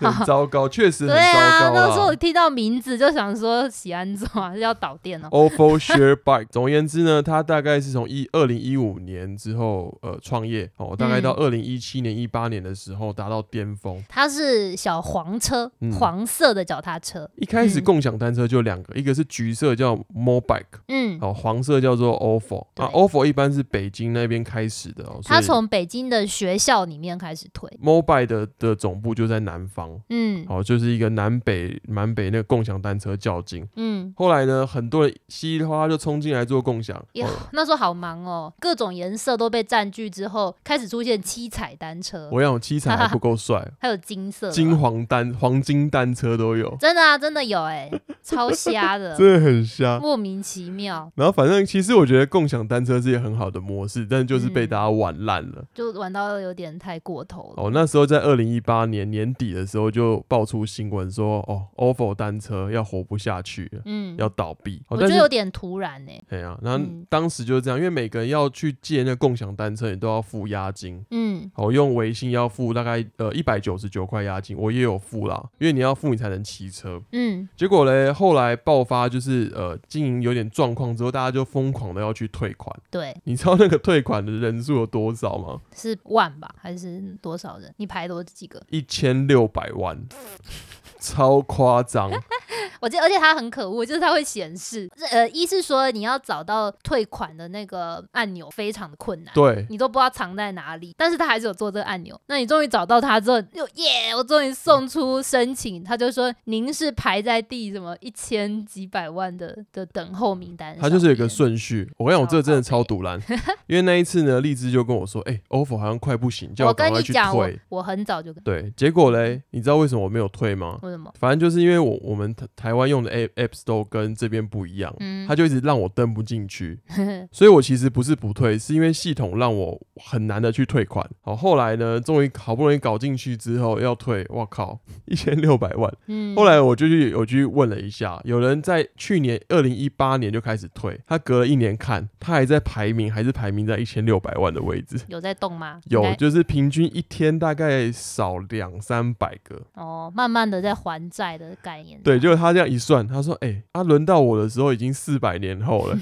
Speaker 1: 很糟糕，确实很
Speaker 2: 对啊，
Speaker 1: 糟
Speaker 2: 那时候
Speaker 1: 糕
Speaker 2: 我
Speaker 1: 啦。
Speaker 2: 听到名字就想说喜安州啊要倒店哦。
Speaker 1: OFO Share Bike，总而 言之呢，它大概是从一二零一五年之后呃创业哦，大概
Speaker 2: 嗯
Speaker 1: 到二零一七年一八年的时候达到巅峰。
Speaker 2: 它是小黄车，
Speaker 1: 嗯
Speaker 2: 黄色的脚踏车，
Speaker 1: 一开始
Speaker 2: 嗯
Speaker 1: 共享单车就两个，一个是橘色色叫 Mobike，
Speaker 2: 嗯，
Speaker 1: 哦，黄色叫做 OFO。
Speaker 2: 对
Speaker 1: 啊，OFO 一般是北京那边开始的哦，所
Speaker 2: 他
Speaker 1: 以
Speaker 2: 从北京的学校里面开始推，
Speaker 1: Mobike 的的总部就在南方，
Speaker 2: 嗯
Speaker 1: 哦，就是一个南北南北那个共享单车较劲。
Speaker 2: 嗯。
Speaker 1: 后来呢，很多人稀里哗啦就冲进来做共享，
Speaker 2: 呀
Speaker 1: 哦，
Speaker 2: 那时候好忙哦，各种颜色都被占据之后，开始出现七彩单车，，
Speaker 1: 我想七彩还不够帅
Speaker 2: 还有金色的，
Speaker 1: 金黄单黄金单车都有，
Speaker 2: 真的啊，真的 有哎、超瞎的，
Speaker 1: 真的很瞎。
Speaker 2: 莫名其妙
Speaker 1: 然后反正其实我觉得共享单车是一个很好的模式，但是就是被
Speaker 2: 嗯
Speaker 1: 大家玩烂了。
Speaker 2: 就玩到有点太过头了。
Speaker 1: 哦，那时候在二零一八年年底的时候就爆出新闻说，哦，OFO 单车要活不下去了，
Speaker 2: 嗯，
Speaker 1: 要倒闭。哦，
Speaker 2: 我觉
Speaker 1: 但
Speaker 2: 得
Speaker 1: 是
Speaker 2: 有点突然哎、
Speaker 1: 哎呀，那
Speaker 2: 嗯
Speaker 1: 当时就是这样，因为每个人要去借那共享单车，你都要付押金。
Speaker 2: 嗯
Speaker 1: 哦，用微信要付大概呃一百九十九块押金，我也有付啦，因为你要付你才能骑车。
Speaker 2: 嗯
Speaker 1: 结果嘞，后来爆发就是呃经营有点状况之后，大家就疯狂的要去退款。
Speaker 2: 对，
Speaker 1: 你知道那个退款的人数有多少吗？
Speaker 2: 是万吧还是多少人？你排多几个？
Speaker 1: 一千六百万，超夸张。
Speaker 2: 我记得，而且它很可恶，就是它会显示，呃，一是说你要找到退款的那个按钮非常的困难。
Speaker 1: 对，
Speaker 2: 你都不知道藏在哪里，但是他还是有做这个按钮。那你终于找到他之后，就耶，我终于送出申请。他就说您是排在第什么一千几百万的的等候名单上面，嗯
Speaker 1: 它就是有一个顺序。我跟你讲，我这个真的
Speaker 2: 超
Speaker 1: 超堵烂，因为那一次呢，荔枝就跟我说，哎、o f o 好像快不行，叫
Speaker 2: 我
Speaker 1: 赶
Speaker 2: 跟
Speaker 1: 快
Speaker 2: 你
Speaker 1: 去
Speaker 2: 讲，我嗯
Speaker 1: 退。
Speaker 2: 我很早就跟
Speaker 1: 对，结果嘞，你知道为什么我没有退吗？
Speaker 2: 为什么？
Speaker 1: 反正就是因为我我们台台湾用的 app apps 都跟这边不一样，
Speaker 2: 嗯
Speaker 1: 它就一直让我登不进 去，所以我其实不是不退，是因为系统让我很难的去退款。好，后来呢，终于好不容易搞进去之后要退，我靠，一千六百万。
Speaker 2: 嗯，
Speaker 1: 后来我就去有去问了一下，有人在去年二零一八年就开始退，他隔了一年看，他还在排名，还是排名在一千六百万的位置。
Speaker 2: 有在动吗？应
Speaker 1: 有，
Speaker 2: 该
Speaker 1: 就是平均一天大概少两三百个，
Speaker 2: 哦，慢慢的在还债的概念。
Speaker 1: 对，就是他这样一算，他说：“哎、啊，轮到我的时候已经四百年后了，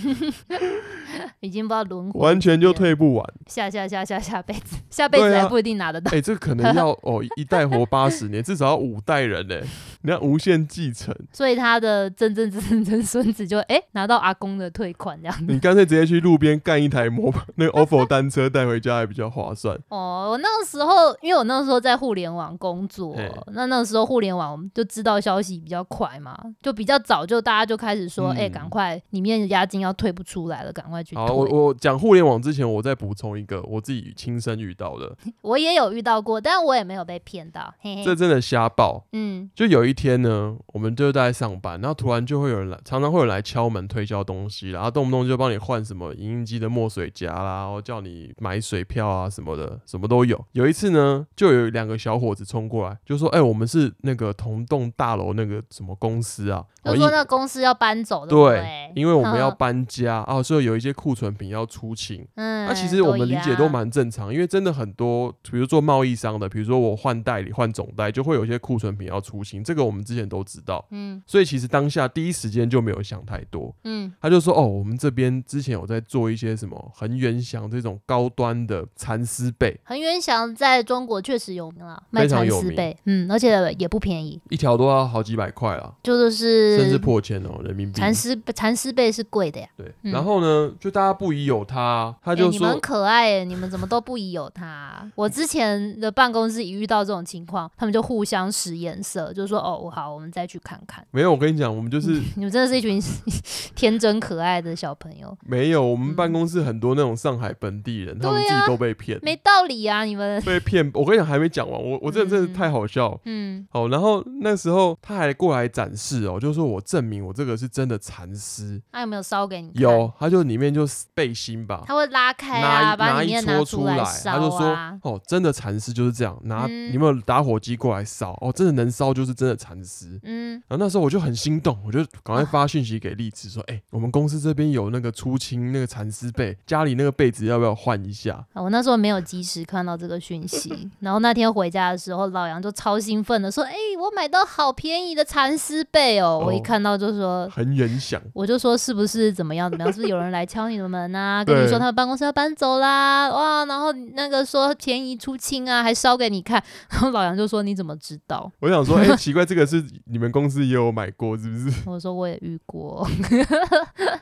Speaker 2: 已经不知道轮回
Speaker 1: 完全就退不完。
Speaker 2: 下下下下下辈子， 下辈子
Speaker 1: 对啊
Speaker 2: 还不一定拿得到。
Speaker 1: 哎、这可能要哦一代活八十年，至少要五代人呢、你看无限继承，
Speaker 2: 所以他的曾曾曾曾孙子就哎、拿到阿公的退款这样子。
Speaker 1: 你干脆直接去路边干一台摩拜那个 OFO 单车带回家还比较划算。
Speaker 2: 哦，我那个时候，因为我那个时候在互联网工作
Speaker 1: 嘿，
Speaker 2: 那那个时候互联网我们就知道消息比较快嘛，就比较早就大家就开始说，
Speaker 1: 嗯哦
Speaker 2: 哎、赶、快里面的押金要退不出来了，赶快去退。
Speaker 1: 好，我我讲互联网之前，我再补充一个我自己亲身遇到的，
Speaker 2: 我也有遇到过，但我也没有被骗到。嘿
Speaker 1: 这
Speaker 2: 嘿，
Speaker 1: 真的瞎报。
Speaker 2: 嗯
Speaker 1: 就有一天呢，我们就在上班，然后突然就会有人来，常常会有人来敲门推销东西啦，然后动不动就帮你换什么影印机的墨水夹啦，然后叫你买水票啊什么的，什么都有。有一次呢，就有两个小伙子冲过来，就说：“哎、我们是那个同栋大楼那个什么公司啊，
Speaker 2: 就
Speaker 1: 哦
Speaker 2: 说
Speaker 1: 因
Speaker 2: 那公司要搬走，不
Speaker 1: 对
Speaker 2: 对，？
Speaker 1: 因为我们要
Speaker 2: 嗯
Speaker 1: 搬家啊，所以有一些库存品要出清。”
Speaker 2: 嗯，
Speaker 1: 那、其实我们理解都
Speaker 2: 对呀
Speaker 1: 蛮正常，因为真的很多，比如做贸易商的，比如说我换代理、换总代，就会有一些库存品要出清，这个我们之前都知道，
Speaker 2: 嗯
Speaker 1: 所以其实当下第一时间就没有想太多。
Speaker 2: 嗯
Speaker 1: 他就说：“哦，我们这边之前有在做一些什么恒源祥这种高端的蚕丝被，
Speaker 2: 恒源祥在中国确实有名了，卖
Speaker 1: 非常
Speaker 2: 蚕
Speaker 1: 有
Speaker 2: 丝
Speaker 1: 名
Speaker 2: 被，嗯，而且也不便宜，
Speaker 1: 一条都要好几百块啊，
Speaker 2: 就就
Speaker 1: 甚至
Speaker 2: 是
Speaker 1: 破千哦，人民币。
Speaker 2: 嗯蚕丝蚕丝被是贵的呀。
Speaker 1: 对，
Speaker 2: 嗯
Speaker 1: 然后呢，就大家不疑有他啊，他
Speaker 2: 哎，
Speaker 1: 就
Speaker 2: 你们
Speaker 1: 说
Speaker 2: 很可爱耶，你们怎么都不疑有他啊、我之前的办公室一遇到这种情况，他们就互相使眼色，就说：“哦，好，我们再去看看。
Speaker 1: 没有，我跟你讲，我们就是”
Speaker 2: 你们真的是一群 天真可爱的小朋友，
Speaker 1: 没有，我们
Speaker 2: 嗯
Speaker 1: 办公室很多那种上海本地人，他们
Speaker 2: 对
Speaker 1: 自
Speaker 2: 啊
Speaker 1: 己都被骗，
Speaker 2: 没道理啊！你们，
Speaker 1: 被骗。我跟你讲，还没讲完，我我真的真的
Speaker 2: 嗯
Speaker 1: 太好笑了。
Speaker 2: 嗯
Speaker 1: 哦，然后那时候他还过来展示哦，就说我证明我这个是真的蚕丝，
Speaker 2: 他、有没有烧给你看？，
Speaker 1: 有，他就里面就是背心吧，
Speaker 2: 他会拉开
Speaker 1: 拿
Speaker 2: 啊，
Speaker 1: 一
Speaker 2: 把
Speaker 1: 拿
Speaker 2: 里
Speaker 1: 一
Speaker 2: 面拿
Speaker 1: 撮出
Speaker 2: 来烧
Speaker 1: 他就
Speaker 2: 啊
Speaker 1: 说。哦，真的蚕丝就是这样，拿
Speaker 2: 嗯
Speaker 1: 你有没有打火机过来烧？哦，真的能烧就是真的蚕丝。
Speaker 2: 嗯，
Speaker 1: 然后那时候我就很心动，我就赶
Speaker 2: 啊
Speaker 1: 快发讯息给荔枝说，哎、我们公司这边有那个出清那个蚕丝被，家里那个被子要不要换一下？
Speaker 2: 我那时候没有及时看到这个讯息，然后那天回家的时候，老杨就超兴奋的说：“哎、我买到好便宜的蚕丝被哦！”我一
Speaker 1: 哦
Speaker 2: 看到就说：“
Speaker 1: 很远想。
Speaker 2: 我就说是不是怎么样怎么样？是不是有人来敲你的门啊，跟你说
Speaker 1: 对
Speaker 2: 他们办公室要搬走啦，哇，然后那个说便宜出清啊，还烧给你看， 然后老杨就说你怎么知道？
Speaker 1: 我想说，哎、奇怪，这个是你们公司也有买过是不是？
Speaker 2: 我说我也遇过，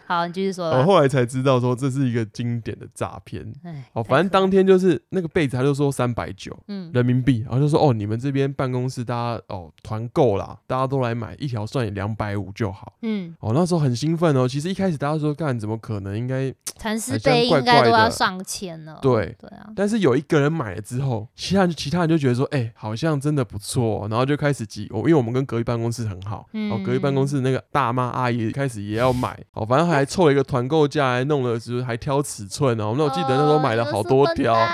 Speaker 2: 好，你继续说
Speaker 1: 我、
Speaker 2: 吧。
Speaker 1: 后来才知道说这是一个经典的诈骗。
Speaker 2: 哎，
Speaker 1: 哦，
Speaker 2: 太
Speaker 1: 反正
Speaker 2: 可
Speaker 1: 当天就是那个被子，他就说三百九
Speaker 2: 嗯，
Speaker 1: 人民币，然后就说哦，你们这边办公室大家哦团购啦，大家都来买一条，算你两百五就好。
Speaker 2: 嗯，
Speaker 1: 哦，那时候很兴奋哦。其实一开始大家说干，怎么可能？应该
Speaker 2: 蚕丝
Speaker 1: 好像
Speaker 2: 被
Speaker 1: 怪
Speaker 2: 应该都
Speaker 1: 怪
Speaker 2: 要
Speaker 1: 的
Speaker 2: 上千了。
Speaker 1: 对
Speaker 2: 对啊，
Speaker 1: 但是有一个人买了之后，其他人其他人就觉得说，哎、好像真的不错哦、然后就开始挤我，因为我们跟隔壁办公室很好，
Speaker 2: 嗯
Speaker 1: 哦，隔壁办公室那个大妈阿姨开始也要买，哦，反正还凑了一个团购价，还弄了就是还挑尺寸哦，那我记得那时候买了好多条，
Speaker 2: 哦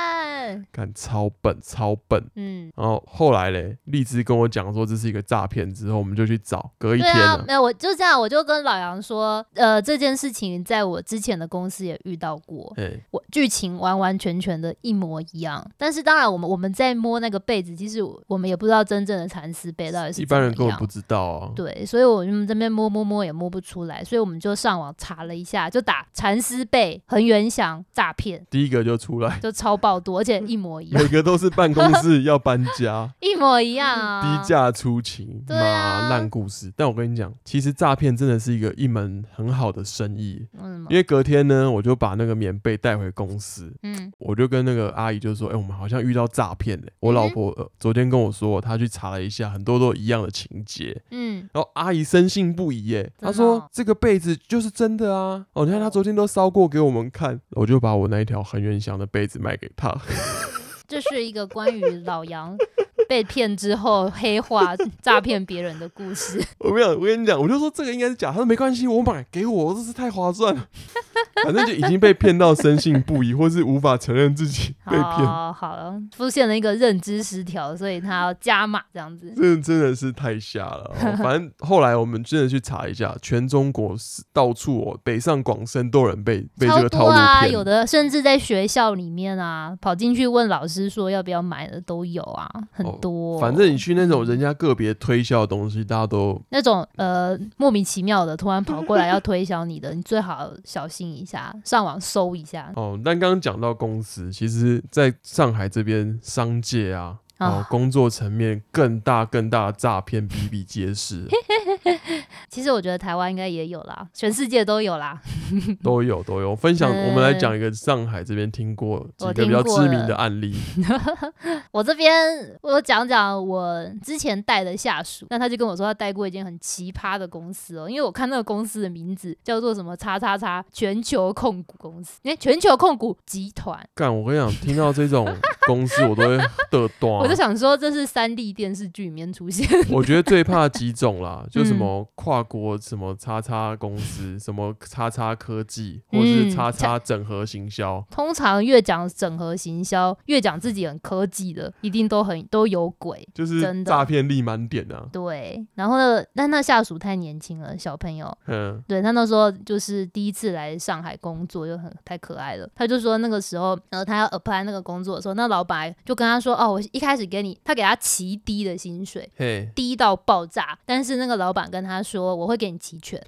Speaker 1: 看超笨超笨。
Speaker 2: 嗯，
Speaker 1: 然后后来嘞，荔枝跟我讲说这是一个诈骗，之后我们就去找，隔一
Speaker 2: 对
Speaker 1: 天
Speaker 2: 啊
Speaker 1: 了，，
Speaker 2: 没有，我就这样，我就跟老杨说，呃，这件事情在我之前的公司也遇到过，
Speaker 1: 哎、
Speaker 2: 我剧情完完全全的一模一样。但是当然，我们我们在摸那个被子，其实我们也不知道真正的蚕丝被到底是
Speaker 1: 一般人
Speaker 2: 怎
Speaker 1: 根本
Speaker 2: 么样
Speaker 1: 不知道啊。
Speaker 2: 对，所以我们这边摸摸摸也摸不出来，所以我们就上网查了一下，就打蚕丝被恒源祥诈骗，
Speaker 1: 第一个就出来，
Speaker 2: 就超爆多，而且一模 一样
Speaker 1: 每，个都是办公室要搬家。
Speaker 2: 一模一样啊！
Speaker 1: 低价出勤，
Speaker 2: 对
Speaker 1: 妈
Speaker 2: 啊
Speaker 1: 烂、故事。但我跟你讲，其实诈骗真的是一个一门很好的生意。
Speaker 2: 为什么
Speaker 1: 因？为隔天呢，我就把那个棉被带回公司，
Speaker 2: 嗯
Speaker 1: 我就跟那个阿姨就说：“哎、我们好像遇到诈骗嘞。”我老婆、呃、昨天跟我说，她去查了一下，很多都一样的情节。
Speaker 2: 嗯，
Speaker 1: 然后阿姨深信不疑耶，
Speaker 2: 真的
Speaker 1: 她
Speaker 2: 哦
Speaker 1: 说这个被子就是真的啊！哦，你看她昨天都烧过给我们看，我就把我那一条恒源祥的被子卖给她。
Speaker 2: 这是一个关于老杨被骗之后黑化诈骗别人的故事。
Speaker 1: 我没有，我跟你讲，我就说这个应该是假。他说没关系，我买给我，这是太划算了。 反正就已经被骗到深信不疑，或是无法承认自己被骗，
Speaker 2: 好好了，出现了一个认知失调，所以他要加码这样子。
Speaker 1: 真的真的是太瞎了、哦 反正后来我们真的去查一下，全中国是到处哦，北上广深都有人被被这
Speaker 2: 超
Speaker 1: 个
Speaker 2: 多
Speaker 1: 套路
Speaker 2: 啊，
Speaker 1: 骗。
Speaker 2: 有的甚至在学校里面啊，跑进去问老师说要不要买的都有啊，很
Speaker 1: 哦
Speaker 2: 多。
Speaker 1: 反正你去那种人家个别推销的东西，大家都
Speaker 2: 那种呃莫名其妙的突然跑过来要推销你的，你最好小心一下，上网搜一下。
Speaker 1: 哦。但刚刚讲到公司，其实在上海这边商界啊，哦
Speaker 2: 啊，
Speaker 1: 工作层面更大更大的诈骗比比皆是。啊
Speaker 2: 其实我觉得台湾应该也有啦，全世界都有啦。
Speaker 1: 都有都有分享。我们来
Speaker 2: 嗯
Speaker 1: 讲一个上海这边听过几
Speaker 2: 我
Speaker 1: 个
Speaker 2: 听
Speaker 1: 比较
Speaker 2: 过
Speaker 1: 知名
Speaker 2: 了
Speaker 1: 的案例。
Speaker 2: 我这边我讲讲我之前带的下属，那他就跟我说他带过一间很奇葩的公司哦，因为我看那个公司的名字叫做什么叉叉叉全球控股公司，哎，全球控股集团，
Speaker 1: 干，我跟你讲，听到这种公司我都会 得断。
Speaker 2: 我就想说这是三 D 电视剧里面出现，
Speaker 1: 我觉得最怕几种啦，就什
Speaker 2: 嗯
Speaker 1: 么跨国什么叉叉公司，什么叉叉科技，或
Speaker 2: 嗯
Speaker 1: 是叉
Speaker 2: 这
Speaker 1: 叉整合行销。
Speaker 2: 通常越讲整合行销，越讲自己很科技的，一定都很都有鬼。
Speaker 1: 就是
Speaker 2: 真的
Speaker 1: 诈骗力满点啊，
Speaker 2: 对，然后呢？但那下属太年轻了，小朋友，
Speaker 1: 嗯，
Speaker 2: 对他那时候就是第一次来上海工作，就很太可爱了。他就说那个时候，呃，他要 apply 那个工作的时候，那老板就跟他说：“哦，我一开始给你，他给他极低的薪水，
Speaker 1: 嘿，
Speaker 2: 低到爆炸。但是那个老板跟他说，我会给你期权，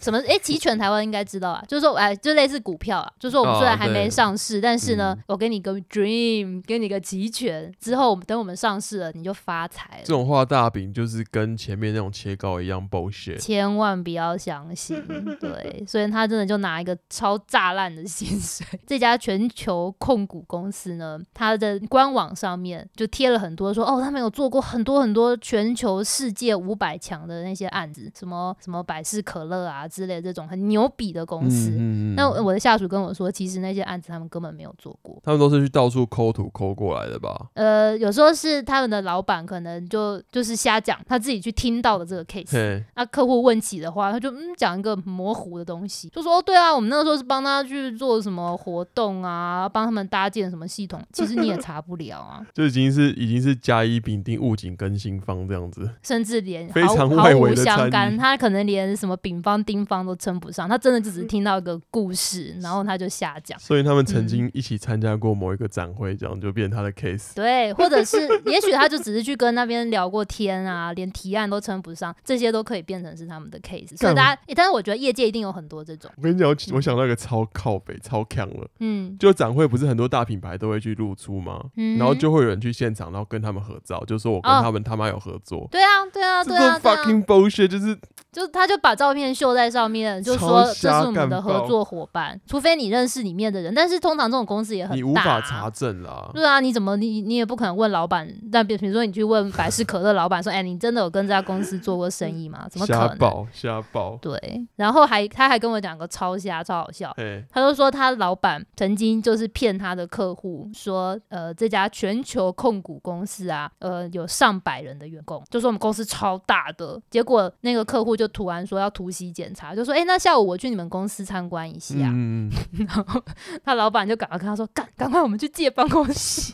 Speaker 2: 什么？诶，期权台湾应该知道啊，就是说，哎、就类似股票啊，就是说我们虽然
Speaker 1: 哦
Speaker 2: 还没
Speaker 1: 对
Speaker 2: 上市，但是呢，
Speaker 1: 嗯
Speaker 2: 我给你个 dream，给你个期权，之后我们等我们上市了，你就发财了
Speaker 1: 这。”种画大饼就是跟前面那种切糕一样 bullshit。
Speaker 2: 千万不要 相信。对，所以他真的就拿一个超炸烂的薪水。 这家全球控股公司呢，它的官网上面就贴了很多说，哦，他们有做过很多很多全球世界五百强的那些案子，什么什么百事可乐啊之类的这种很牛逼的公司。
Speaker 1: 嗯
Speaker 2: 那我的下属跟我说，其实那些案子他们根本没有做过。
Speaker 1: 他们都是去到处抠图抠过来的吧？
Speaker 2: 呃，有时候是他们的老板可能就就是瞎讲，他自己去听到的这个 case。
Speaker 1: 嘿，
Speaker 2: 那客户问起的话，他就嗯讲一个很模糊的东西，就说哦对啊，我们那个时候是帮他去做什么活动啊，帮他们搭建什么系统，其实你也查不了啊，
Speaker 1: 就已经是已经是甲乙丙丁戊己庚辛方这样子。
Speaker 2: 甚至连
Speaker 1: 非
Speaker 2: 毫
Speaker 1: 常
Speaker 2: 毫
Speaker 1: 外
Speaker 2: 无
Speaker 1: 围的参
Speaker 2: 相
Speaker 1: 与
Speaker 2: 干，他可能连什么丙方、丁军方都称不上，他真的就只是听到一个故事，然后他就瞎讲。
Speaker 1: 所以他们曾经一起参加过某一个展会，这样就变成他的 case。
Speaker 2: 对，或者是也许他就只是去跟那边聊过天啊，连提案都称不上，这些都可以变成是他们的 case。所
Speaker 1: 干
Speaker 2: 以大家，诶但是我觉得业界一定有很多这种，
Speaker 1: 我跟你讲，我我想到一个超靠北、超强了，
Speaker 2: 嗯
Speaker 1: 就展会不是很多大品牌都会去露出吗？
Speaker 2: 嗯，
Speaker 1: 然后就会有人去现场，然后跟他们合照，就说我跟
Speaker 2: 哦
Speaker 1: 他们他妈有合作。
Speaker 2: 对啊，对啊，
Speaker 1: 这
Speaker 2: 对啊，
Speaker 1: 个
Speaker 2: 对啊，
Speaker 1: fucking bullshit 就是
Speaker 2: 就他就把照片秀在上面，就
Speaker 1: 超
Speaker 2: 说这
Speaker 1: 瞎
Speaker 2: 是我们
Speaker 1: 干
Speaker 2: 的
Speaker 1: 爆
Speaker 2: 合作伙伴，除非你认识里面的人，但是通常这种公司也很大、
Speaker 1: 你无法查证啦。
Speaker 2: 对啊，你怎么你你也不可能问老板，但比比如说你去问百事可乐老板说，哎、你真的有跟这家公司做过生意吗？怎么可
Speaker 1: 瞎
Speaker 2: 能？
Speaker 1: 爆瞎爆，
Speaker 2: 对，然后还他还跟我讲个超瞎超好笑，
Speaker 1: 哎，
Speaker 2: 他就说他老板曾经就是骗他的客户说，呃，这家全球控股公司啊，呃，有上百人的员工，就说我们公司超大的。结果那个客户就突然说要突袭检查，就说，哎，那下午我去你们公司参观一下。
Speaker 1: 嗯，嗯嗯
Speaker 2: 然后他老板就赶快跟他说，赶赶快我们去借办公室，，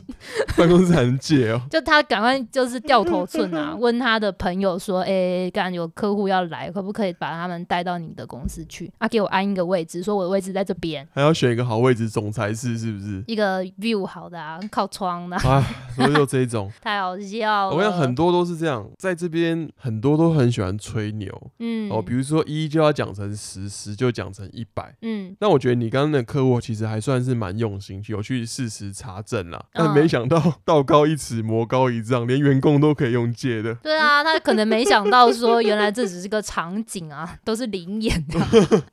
Speaker 1: 办公室很解哦
Speaker 2: 就他赶快就是掉头寸啊，问他的朋友说，哎，刚有客户要来，可不可以把他们带到你的公司去？啊，给我安一个位置，说我的位置在这边。
Speaker 1: 还要选一个好位置，总裁室是不是？
Speaker 2: 一个 view 好的啊，靠窗的啊、，
Speaker 1: 哎，所以就这种
Speaker 2: 太好笑了。
Speaker 1: 我想很多都是这样，在这边很多都很喜欢吹牛
Speaker 2: 嗯
Speaker 1: 哦，比如说一就要讲成十，十就讲成一百。
Speaker 2: 嗯，
Speaker 1: 那我觉得你刚刚的客户其实还算是蛮用心，有去事实查证啦。但
Speaker 2: 嗯
Speaker 1: 没想到道高一尺，魔高一丈，连员工都可以用借的。
Speaker 2: 对啊，他可能没想到说原来这只是个场景啊， 都是灵演的啊。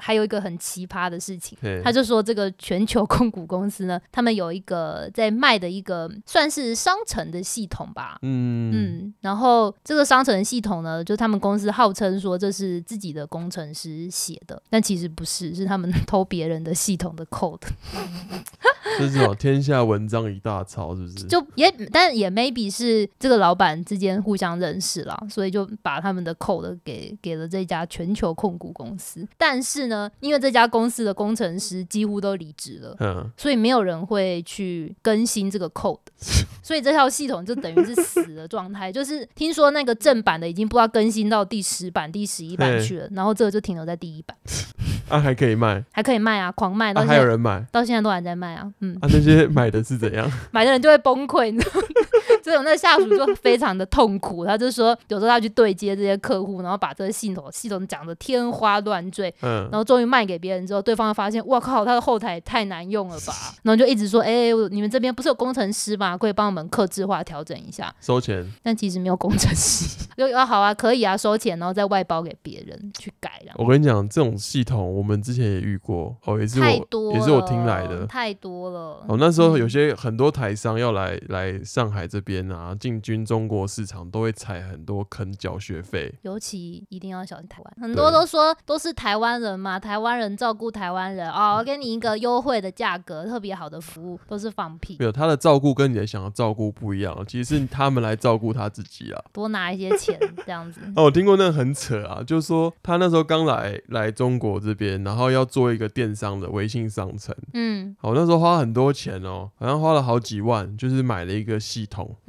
Speaker 2: 还有一个很奇葩的事情。
Speaker 1: 嘿
Speaker 2: 他就说，这个全球控股公司呢，他们有一个在卖的一个算是商城的系统吧，
Speaker 1: 嗯
Speaker 2: 嗯，然后这个商城系统呢，就他们公司号称说这是自己的工程师写的，但其实不是，是他们偷别人的系统的 code，
Speaker 1: 这是哦， 天下文章一大抄，是不是？
Speaker 2: 就也但也 maybe 是这个老板之间互相认识啦，所以就把他们的 code 给给了这家全球控股公司。但是呢，因为这家公司的工程师几乎都离职了，
Speaker 1: 嗯，
Speaker 2: 所以没有人会去更新这个 code，所 以这套系统就等于是死的状态。就是听说那个正版的已经不知道更新到第十版、第十一版
Speaker 1: 嘿
Speaker 2: 去了，然后这个就停留在第一版，
Speaker 1: 啊还可以卖，
Speaker 2: 还可以卖啊，狂卖到
Speaker 1: 啊
Speaker 2: 现
Speaker 1: 还
Speaker 2: 在。
Speaker 1: 有人买，啊
Speaker 2: 到现在都还在卖啊，嗯，
Speaker 1: 那些买的是怎 样？
Speaker 2: 买的人就会崩溃，你知道吗？ 所以我那个下属就非常的痛苦，他就说有时候他去对接这些客户，然后把这个系统系统讲的天花乱坠，
Speaker 1: 嗯
Speaker 2: 然，后终于卖给别人之后，对方发现，哇靠，他的后台也太难用 了吧，然后就一直说，哎、我你们这边不是有工程师吗？可以帮我们克制化调整一下。
Speaker 1: 收钱，
Speaker 2: 但其实没有工程师， 就啊好啊，可以啊，收钱，然后再外包给别人去改，然后
Speaker 1: 我跟你讲，这种系统我们之前也遇过，哦哦，也是
Speaker 2: 太
Speaker 1: 我
Speaker 2: 多了，
Speaker 1: 也是我听来的
Speaker 2: 太多了。
Speaker 1: 哦，那时候
Speaker 2: 嗯
Speaker 1: 有些很多台商要来来上海这边啊，进军中国市场，都会踩很多坑缴学费。
Speaker 2: 尤其一定要小心台湾，很多都说都是台湾人嘛，台湾人照顾台湾人
Speaker 1: 嗯
Speaker 2: 哦，我给你一个优惠的价格，特别好的服务，都是放屁
Speaker 1: 没，有，他的照顾跟你的想要照顾不一样，其实是他们来照顾他自己啊。
Speaker 2: 多拿一些钱这 样子。
Speaker 1: 哦，我听过那个很扯啊，就是说他那时候刚来来中国这边，然后要做一个电商的微信商城，
Speaker 2: 嗯
Speaker 1: 好，那时候花很多钱哦，好像花了好几万，就是买了一个系统。
Speaker 2: 嗯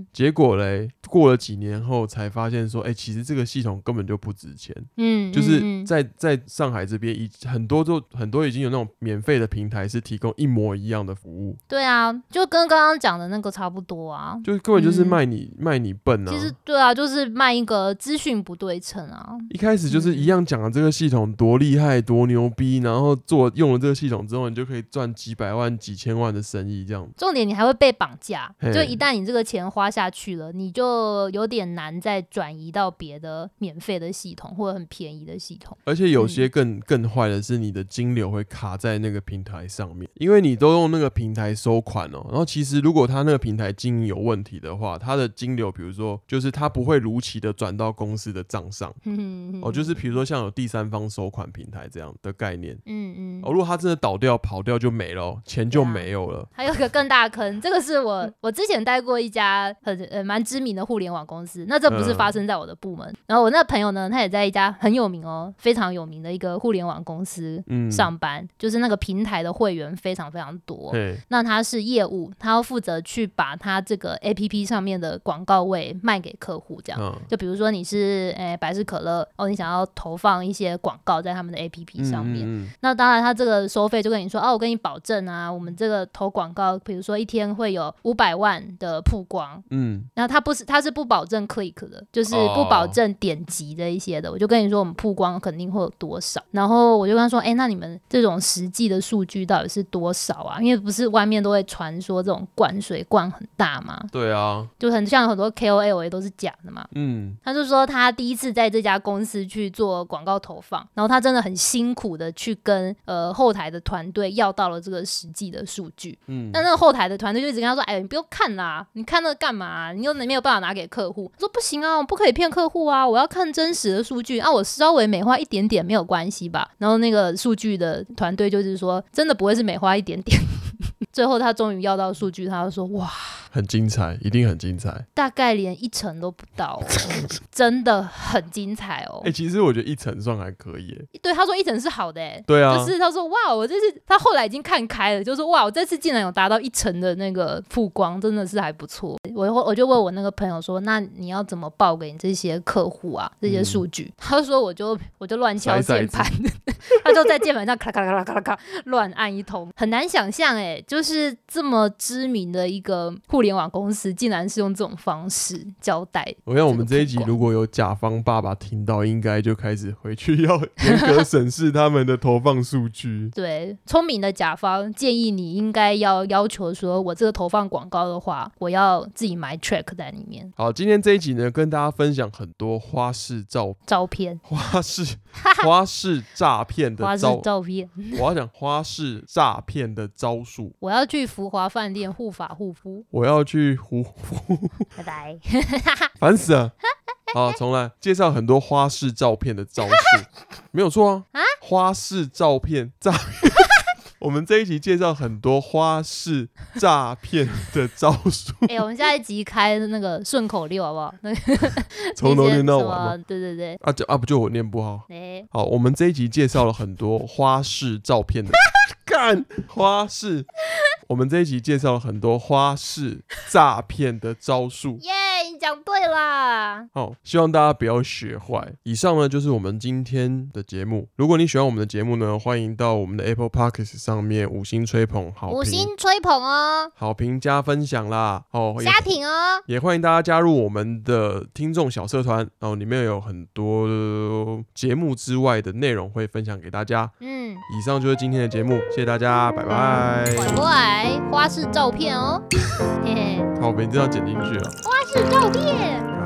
Speaker 2: 嗯
Speaker 1: 结果嘞，过了几年后才发现说，哎、其实这个系统根本就不值钱。
Speaker 2: 嗯，
Speaker 1: 就
Speaker 2: 嗯
Speaker 1: 是
Speaker 2: 嗯
Speaker 1: 在在上海这边，已很多就很多已经有那种免费的平台是提供一模一样的服务，
Speaker 2: 对啊，就跟刚刚讲的那个差不多啊。
Speaker 1: 就是根本就是
Speaker 2: 嗯
Speaker 1: 卖你、卖你笨啊！
Speaker 2: 其实对啊，就是卖一个资讯不对称啊。
Speaker 1: 一开始就是一样讲的这个系统多厉害多牛逼，然后做用了这个系统之后，你就可以赚几百万几千万的生意这样。
Speaker 2: 重点你还会被绑架，
Speaker 1: 嘿
Speaker 2: 就一旦你这个钱花下去了，你就有点难再转移到别的免费的系统或者很便宜的系统。
Speaker 1: 而且有
Speaker 2: 嗯
Speaker 1: 些更更坏的是，你的金流会卡在那个平台上面，因为你都用那个平台收款哦。然后其实如果他那个平台经营有问题的话，他的金流，比如说就是他不会如期的转到公司的账上。
Speaker 2: 嗯
Speaker 1: 哦，就是比如说像有第三方收款平台这样的概念。
Speaker 2: 嗯嗯。
Speaker 1: 哦，如果他真的倒掉、跑掉就没了哦，钱就
Speaker 2: 对啊
Speaker 1: 没有了。
Speaker 2: 还有一个更大的坑，这个是我我之前待过一家很呃蛮知名的互联网公司，那这不是
Speaker 1: 嗯
Speaker 2: 发生在我的部门。然后我那朋友呢，他也在一家很有名哦，非常有名的一个互联网公司
Speaker 1: 嗯，
Speaker 2: 上班，就是那个平台的会员非常非常多。
Speaker 1: 嘿，
Speaker 2: 那他是业务，他要负责去把他这个 A P P 上面的广告位卖给客户，这样。
Speaker 1: 嗯
Speaker 2: 就比如说你是诶、百事可乐哦，你想要投放一些广告在他们的 APP 上面，
Speaker 1: 嗯嗯
Speaker 2: 那当然他这个收费就跟你说哦，我跟你保证啊，我们这个投广告，比如说一天会有五百万的曝光，
Speaker 1: 嗯，
Speaker 2: 然后他不是他是不保证 click 的，就是
Speaker 1: 哦
Speaker 2: 不保证点击的一些的。我就跟你说我们曝光肯定会有多少，然后我就跟他说，哎、那你们这种实际的数据到底是多少啊？因为不是外面都会传说这种灌水灌很大嘛，
Speaker 1: 对啊，
Speaker 2: 就很像很多 KOL 也都是假的嘛。
Speaker 1: 嗯
Speaker 2: 他就说他第一次在这家公司去做广告投放，然后他真的很辛苦的去跟呃后台的团队要到了这个实际的数据。
Speaker 1: 嗯，
Speaker 2: 但那个后台的团队就一直跟他说：“哎，你不用看啦，你看那个干嘛、你又没有办法拿给客户。”他说：“不行啊，我不可以骗客户啊，我要看真实的数据啊，我稍微美化一点点没有关系吧。”然后那个数据的团队就是说：“真的不会是美化一点 点。”最后他终于要到数据，他就说：“哇，
Speaker 1: 很精彩，一定很精彩。
Speaker 2: 大概连一成都不到、哦，真的很精彩哦。
Speaker 1: 哎、其实我觉得一层算还可以耶，
Speaker 2: 对，他说一成是好的、欸，
Speaker 1: 对啊，
Speaker 2: 就是他说哇，我这次他后来已经看开了，就说哇，我这次竟然有达到一成的那个曝光，真的是还不错。我我就问我那个朋友说，那你要怎么报给你这些客户啊？这些数据？ 他说我就我就乱敲
Speaker 1: 甩
Speaker 2: 键
Speaker 1: 骰子
Speaker 2: 盘， 他就在键盘上咔啦咔啦咔啦咔啦咔啦乱按一通，很难想象哎、就是这么知名的一个互联网公司，竟然是用这种方式交代。
Speaker 1: 我想我们这一集
Speaker 2: 这个曝光
Speaker 1: 如果有甲方爸爸听到，应该就开始回去要 严格审视他们的投放数据。
Speaker 2: 对，聪明的甲方建议你应该要要求说，我这个投放广告的话，我要自己埋 track 在里面，
Speaker 1: 好，今天这一集呢，跟大家分享很多花式照、
Speaker 2: 照片，
Speaker 1: 花 式、花式诈骗的
Speaker 2: 花式
Speaker 1: 招，
Speaker 2: 照片。
Speaker 1: 我要讲花式诈骗的招数。
Speaker 2: 我要去福华饭店护法护肤，
Speaker 1: 我要去胡，
Speaker 2: 拜拜。
Speaker 1: 烦死了。好，重来，介绍很多花式照片的招数，没有错啊。花式照片诈骗， 我们这一集介绍很多花式诈骗的招 数。
Speaker 2: 哎、我们下一集开那个顺口溜好不好？那个
Speaker 1: 从头念到
Speaker 2: 那些
Speaker 1: 晚
Speaker 2: 什
Speaker 1: 吗？
Speaker 2: 么对对对，
Speaker 1: 啊，就啊不就我念不好。
Speaker 2: 哎、
Speaker 1: 好，我们这一集介绍了很多花式照片 的干花式，我们这一集介绍了很多花式诈骗的招数。
Speaker 2: 耶、你讲对啦。
Speaker 1: 好，希望大家不要学坏。以上呢就是我们今天的节目。如果你喜欢我们的节目呢，欢迎到我们的 Apple Podcast 上面五星吹捧好评，
Speaker 2: 五星吹捧哦，
Speaker 1: 好评加分享啦。哦，也
Speaker 2: 虾品哦，
Speaker 1: 也欢迎大家加入我们的听众小社团，然后里面有很多呃节目之外的内容会分享给大家。
Speaker 2: 嗯，
Speaker 1: 以上就是今天的节目，谢谢大家，拜拜。
Speaker 2: 乖乖，花式照片哦，嘿嘿，
Speaker 1: 好，我们这样剪进去了，
Speaker 2: 花式照片。
Speaker 1: 看